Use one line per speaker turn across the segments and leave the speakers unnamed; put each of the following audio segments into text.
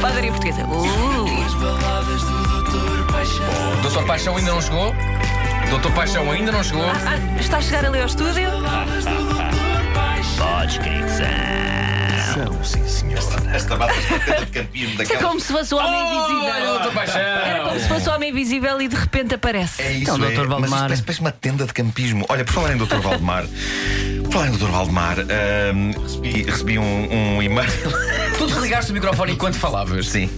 Padaria portuguesa. Uh,
baladas do Doutor Paixão.
Doutor Paixão ainda não chegou. Doutor Paixão ainda não chegou.
ah, está a chegar ali ao estúdio?
Baladas do Doutor Paixão.
Esta bata espetana de campinho
Isto é
daquela.
como se fosse o homem
Olha,
invisível.
Doutor Paixão!
Era como se fosse o homem invisível e de repente aparece.
É isso,
Então,
é.
Dr.
Mas isto
Valdemar.
parece, parece uma tenda de campismo. Olha, por falar em Dr. Valdemar, por falar em Dr. Valdemar, hum, recebi, recebi um, um e-mail.
Tu desligaste o microfone enquanto falavas.
Sim.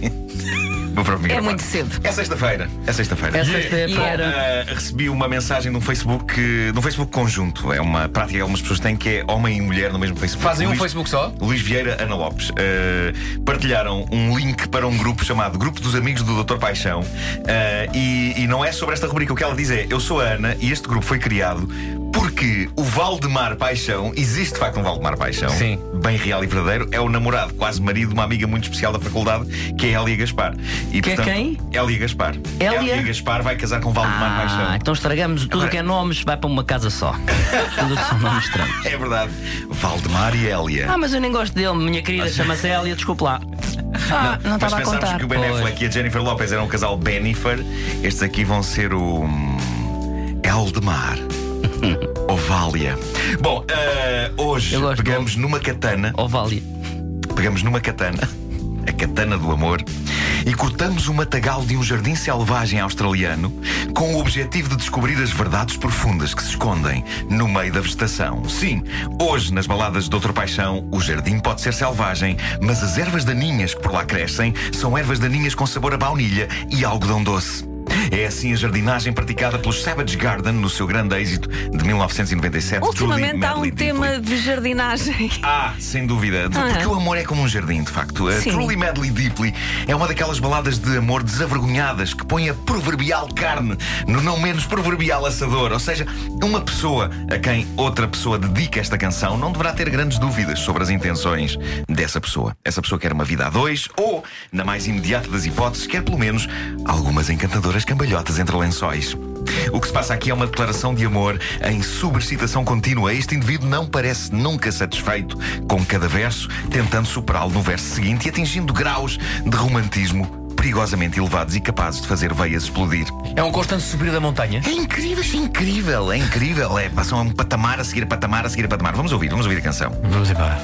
Vou para o microfone.
muito cedo.
É sexta-feira. É sexta-feira.
Essa sexta-feira.
Ah, recebi uma mensagem de um Facebook, eh, de um Facebook conjunto. É uma prática que algumas pessoas têm que é homem e mulher no mesmo Facebook.
Fazem um
Luís-
Facebook só?
Luís Vieira, Ana Lopes eh, partilharam um link para um grupo chamado Grupo dos Amigos do Doutor Paixão eh, e, e não é sobre esta rubrica. O que ela diz é: Eu sou a Ana e este grupo foi criado porque o Valdemar Paixão, existe de facto um Valdemar Paixão,
Sim.
bem real e verdadeiro, é o namorado, quase marido de uma amiga muito especial da faculdade, que é Elia Gaspar. E,
Que é quem?
Elia Gaspar.
Hélia?
Gaspar vai casar com Valdemar
Ah,
Paixão.
então estragamos tudo o que é nomes, vai para uma casa só. tudo o que são nomes estranhos.
É verdade. Valdemar e Elia.
então- Ah, mas eu nem gosto dele, minha querida, chama-se Hélia, desculpe lá. Ah, não
Mas
estava a
pensámos
contar.
que o Ben Affleck e a Jennifer Lopez eram um casal Benifer. Estes aqui vão ser o. hum, Eldemar. Ovália. Bom, eh, hoje
Eu gosto
pegamos numa katana.
Ovália.
Pegamos numa katana. A katana do amor. E cortamos o matagal de um jardim selvagem australiano com o objetivo de descobrir as verdades profundas que se escondem no meio da vegetação. Sim, hoje nas baladas do Doutor Paixão, o jardim pode ser selvagem, mas as ervas daninhas que por lá crescem são ervas daninhas com sabor a baunilha e algodão doce. É assim a jardinagem praticada pelos Savage Garden no seu grande êxito de 1997.
Ultimamente
Julie
há um
Medley Dinkley.
tema de jardinagem.
Ah, sem dúvida. De-
Ah.
Porque o amor é como um jardim, de facto. A
Sim.
Truly Madly Deeply é uma daquelas baladas de amor desavergonhadas que põe a proverbial carne no não menos proverbial assador. Ou seja, uma pessoa a quem outra pessoa dedica esta canção não deverá ter grandes dúvidas sobre as intenções dessa pessoa. Essa pessoa quer uma vida a dois ou, na mais imediata das hipóteses, quer pelo menos algumas encantadoras cambalhotas entre lençóis. O que se passa aqui é uma declaração de amor em sobrecitação contínua. Este indivíduo não parece nunca satisfeito com cada verso, tentando superá-lo no verso seguinte e atingindo graus de romantismo perigosamente elevados e capazes de fazer veias explodir.
É um constante subir da montanha.
É incrível, isto é incrível, é incrível. É, passam a um patamar, a seguir a patamar, a seguir a patamar. Vamos ouvir, vamos ouvir a canção.
Vamos embora.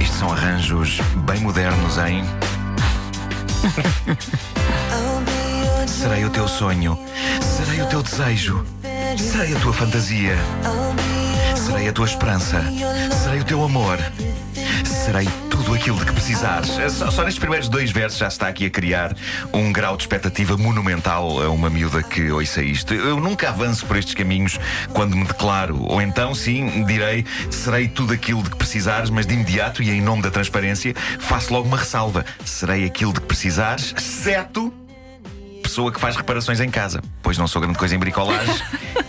Isto são arranjos bem modernos, hein? Serei o teu sonho, serei o teu desejo, serei a tua fantasia, serei a tua esperança, serei o teu amor, serei tudo aquilo de que precisares. É Só, só nestes primeiros dois versos já está aqui a criar um grau de expectativa monumental a uma miúda que ouça isto. Eu nunca avanço por estes caminhos quando me declaro, ou então sim, direi, serei tudo aquilo de que precisares, mas de imediato e em nome da transparência faço logo uma ressalva: serei aquilo de que precisares, exceto pessoa que faz reparações em casa, pois não sou grande coisa em bricolagem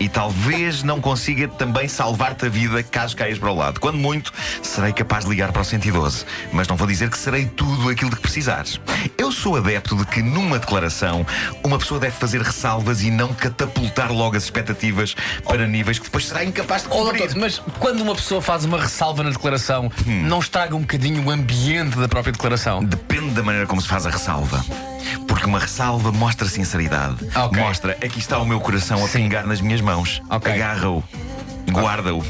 e talvez não consiga também salvar-te a vida caso caias para o lado. Quando muito, serei capaz de ligar para o 112, mas não vou dizer que serei tudo aquilo de que precisares. Eu sou adepto de que numa declaração uma pessoa deve fazer ressalvas e não catapultar logo as expectativas para níveis que depois será incapaz de
Oh,
cumprir.
doutor, mas quando uma pessoa faz uma ressalva na declaração, não estraga um bocadinho o ambiente da própria declaração?
Depende da maneira como se faz a ressalva. Porque uma ressalva mostra sinceridade.
Ah, ok.
Mostra, aqui está o meu coração a
Sim.
pingar nas minhas mãos.
Ok.
Agarra-o. Guarda-o.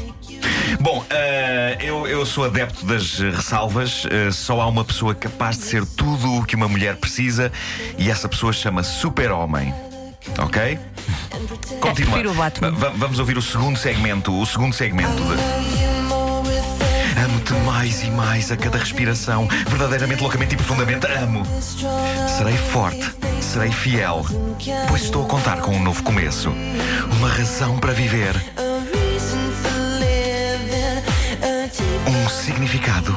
Bom, eh, eu, eu sou adepto das eh, ressalvas. Eh, só há uma pessoa capaz de ser tudo o que uma mulher precisa e essa pessoa chama super-homem. Ok? Continua.
prefiro o Batman.
Va- va- vamos ouvir o segundo segmento. O segundo segmento de... Amo-te mais e mais a cada respiração. Verdadeiramente, loucamente e profundamente amo. Serei forte, serei fiel, pois estou a contar com um novo começo. Uma razão para viver, um significado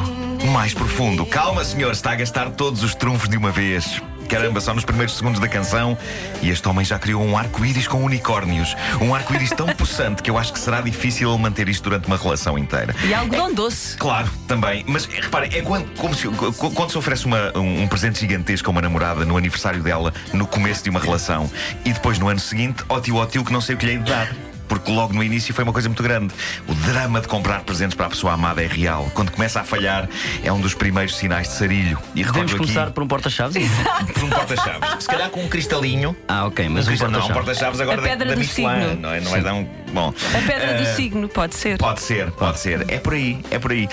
mais profundo. Calma, senhor, está a gastar todos os trunfos de uma vez. Caramba, só nos primeiros segundos da canção. E este homem já criou um arco-íris com unicórnios. Um arco-íris tão possante que eu acho que será difícil ele manter isto durante uma relação inteira.
E algodão doce.
Claro, também. Mas eh, reparem, é quando, como se, co- quando se oferece uma- um, um presente gigantesco a uma namorada no aniversário dela, no começo de uma relação, e depois no ano seguinte, ótimo, ótimo, que não sei o que lhe hei de dar. porque logo no início foi uma coisa muito grande. O drama de comprar presentes para a pessoa amada é real. Quando começa a falhar, é um dos primeiros sinais de sarilho. E
Podemos
recordo
começar
aqui
por um porta-chaves?
por um porta-chaves. Se calhar com um cristalinho.
ah, ok, mas um
Cristal- não, um
porta-chaves.
porta-chaves agora
A
da-
pedra
da
do
Michelin,
signo.
não é? Não vai dar um. Bom.
A pedra
eh,
do signo, É. pode ser.
Pode ser, pode ser. É por aí, é por aí. Uh,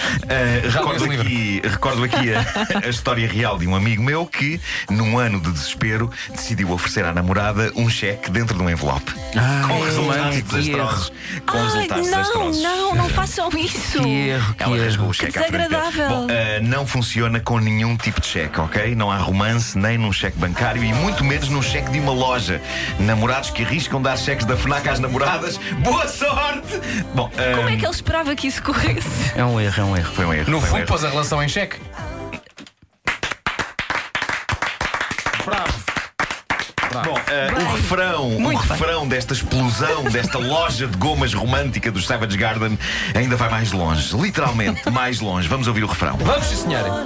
recordo,
conheço o
aqui, recordo aqui a, a história real de um amigo meu que, num ano de desespero, decidiu oferecer à namorada um cheque dentro de um envelope. com resultados
que
desastrosos. Com
Ai,
resultados
não,
desastrosos.
não, não façam isso.
Que erro, que
Ela rasgou
erro.
o cheque
Que
à frente dele.
desagradável.
Bom, ah, não funciona com nenhum tipo de cheque, ok? Não há romance nem num cheque bancário e muito menos num cheque de uma loja. Namorados que arriscam dar cheques da FNAC às namoradas. Boa sorte! Bom, ah,
Como é que ele esperava que isso corresse?
É um erro, é um erro.
foi um erro. foi
No
um
fundo,
erro.
pôs a relação em xeque. Bravo.
Bom, eh, o refrão, o refrão desta explosão, desta loja de gomas romântica dos Savage Garden ainda vai mais longe, literalmente mais longe. Vamos ouvir o refrão.
Vamos, sim, senhora.
Eu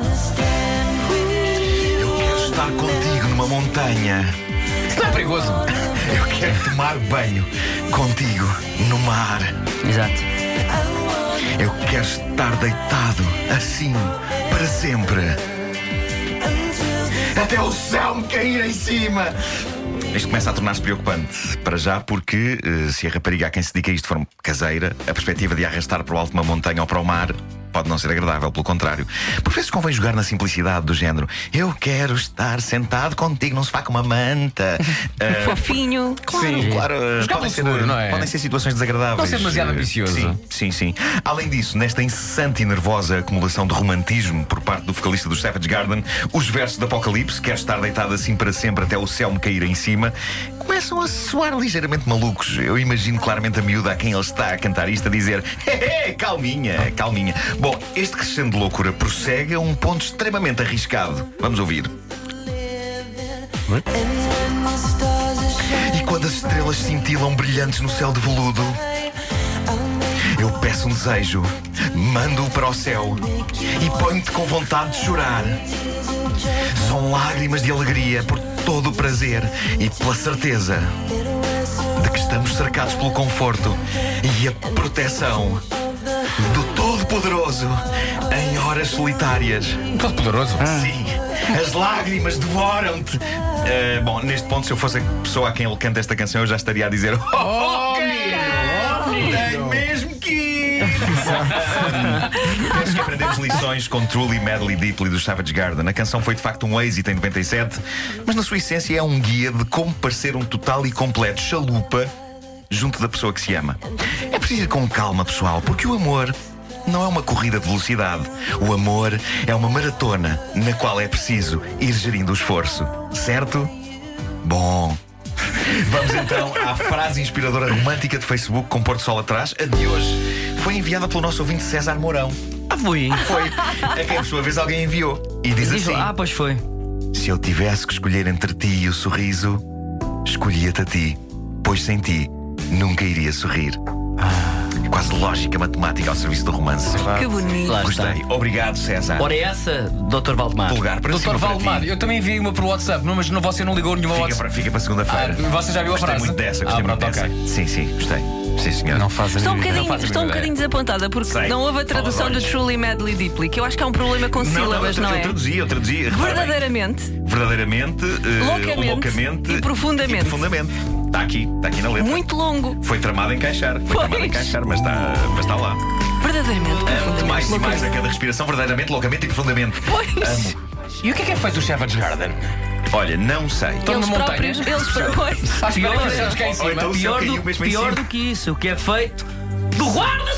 quero estar contigo numa montanha.
Isso não é perigoso.
Eu quero tomar banho contigo no mar.
Exato.
Eu quero estar deitado assim para sempre. Até o céu me cair em cima. Isto começa a tornar-se preocupante, para já, porque eh, se a rapariga a quem se dedica isto for caseira, a perspectiva de a arrastar para o alto de uma montanha ou para o mar pode não ser agradável, pelo contrário. Por vezes convém jogar na simplicidade do género: Eu quero estar sentado contigo num sofá com uma manta.
É.
Eh,
Fofinho.
Claro, claro. eh,
Jogar
podem
pelo
ser,
seguro, não é?
podem ser situações desagradáveis.
Não ser demasiado
Eh,
ambicioso.
Sim, sim, sim. Além disso, nesta incessante e nervosa acumulação de romantismo por parte do vocalista do Savage Garden, os versos de Apocalipse, quero estar deitado assim para sempre até o céu me cair em cima, começam a soar ligeiramente malucos. Eu imagino claramente a miúda a quem ele está a cantar isto a dizer: "Hehe, calminha, calminha. Bom, este crescendo de loucura prossegue a um ponto extremamente arriscado. Vamos ouvir. E quando as estrelas cintilam brilhantes no céu de veludo, eu peço um desejo, mando-o para o céu e ponho-te com vontade de chorar. São lágrimas de alegria por todo o prazer e pela certeza de que estamos cercados pelo conforto e a proteção do Todo-Poderoso em horas solitárias.
Todo poderoso.
Ah. Sim, as lágrimas devoram-te. Eh, bom, neste ponto, se eu fosse a pessoa a quem ele canta esta canção, eu já estaria a dizer: Oh, menino, tenho mesmo que ir." Penso que aprendemos lições com Truly, Madly, Deeply dos Savage Garden. A canção foi de facto um êxito em 97, mas na sua essência é um guia de como parecer um total e completo chalupa junto da pessoa que se ama. É preciso ir com calma, pessoal, porque o amor não é uma corrida de velocidade. O amor é uma maratona na qual é preciso ir gerindo o esforço, certo? Bom. Vamos então à frase inspiradora romântica de Facebook com Porto Sol atrás. A de hoje foi enviada pelo nosso ouvinte César Mourão.
Ah, fui.
Foi É a quem, por sua vez, alguém enviou. E diz
Diz-
assim:
Ah, pois foi.
Se eu tivesse que escolher entre ti e o sorriso, escolhia-te a ti, pois sem ti nunca iria sorrir. Quase lógica matemática ao serviço do romance.
Que bonito.
Claro está.
Gostei. Obrigado, César.
Ora, é essa, Dr. Valdemar.
Pulgar para
Doutor
cima para
Valdemar,
ti.
eu também enviei uma por WhatsApp, não, mas não- você não ligou nenhuma
Fica
WhatsApp.
para, fica para segunda-feira.
Ah, você já viu a
gostei
frase?
muito dessa, gostei
Ah,
muito
pronto,
dessa.
ok.
Sim, sim, gostei. Sim, senhor.
faz
Estou um bocadinho, estou um bocadinho desapontada porque
Sei.
não houve a
Fala
tradução
agora.
do Truly Madly Deeply, que eu acho que é um problema com sílabas,
eu,
não,
tra- eu
é?
traduzi, eu traduzi. Repara bem.
Verdadeiramente,
Verdadeiramente, eh,
Loucamente
loucamente
e profundamente.
e profundamente. Está aqui, está aqui na letra.
muito longo.
Foi tramado em caixar, foi tramado em
Pois.
caixar, mas está, mas está lá.
Verdadeiramente,
Amo-te mais
profundamente.
e
loucamente.
mais a cada respiração, verdadeiramente, loucamente e profundamente.
Pois.
E o que é que é feito o Savage Garden?
Olha, não sei.
Estão
Eles
na montanha?
próprios, eles próprios.
Acho que
Pior
é
é-
que cá em
Ou
cima.
então-
Pior,
caiu
do,
mesmo em
pior
cima.
do que isso, o que é feito do guarda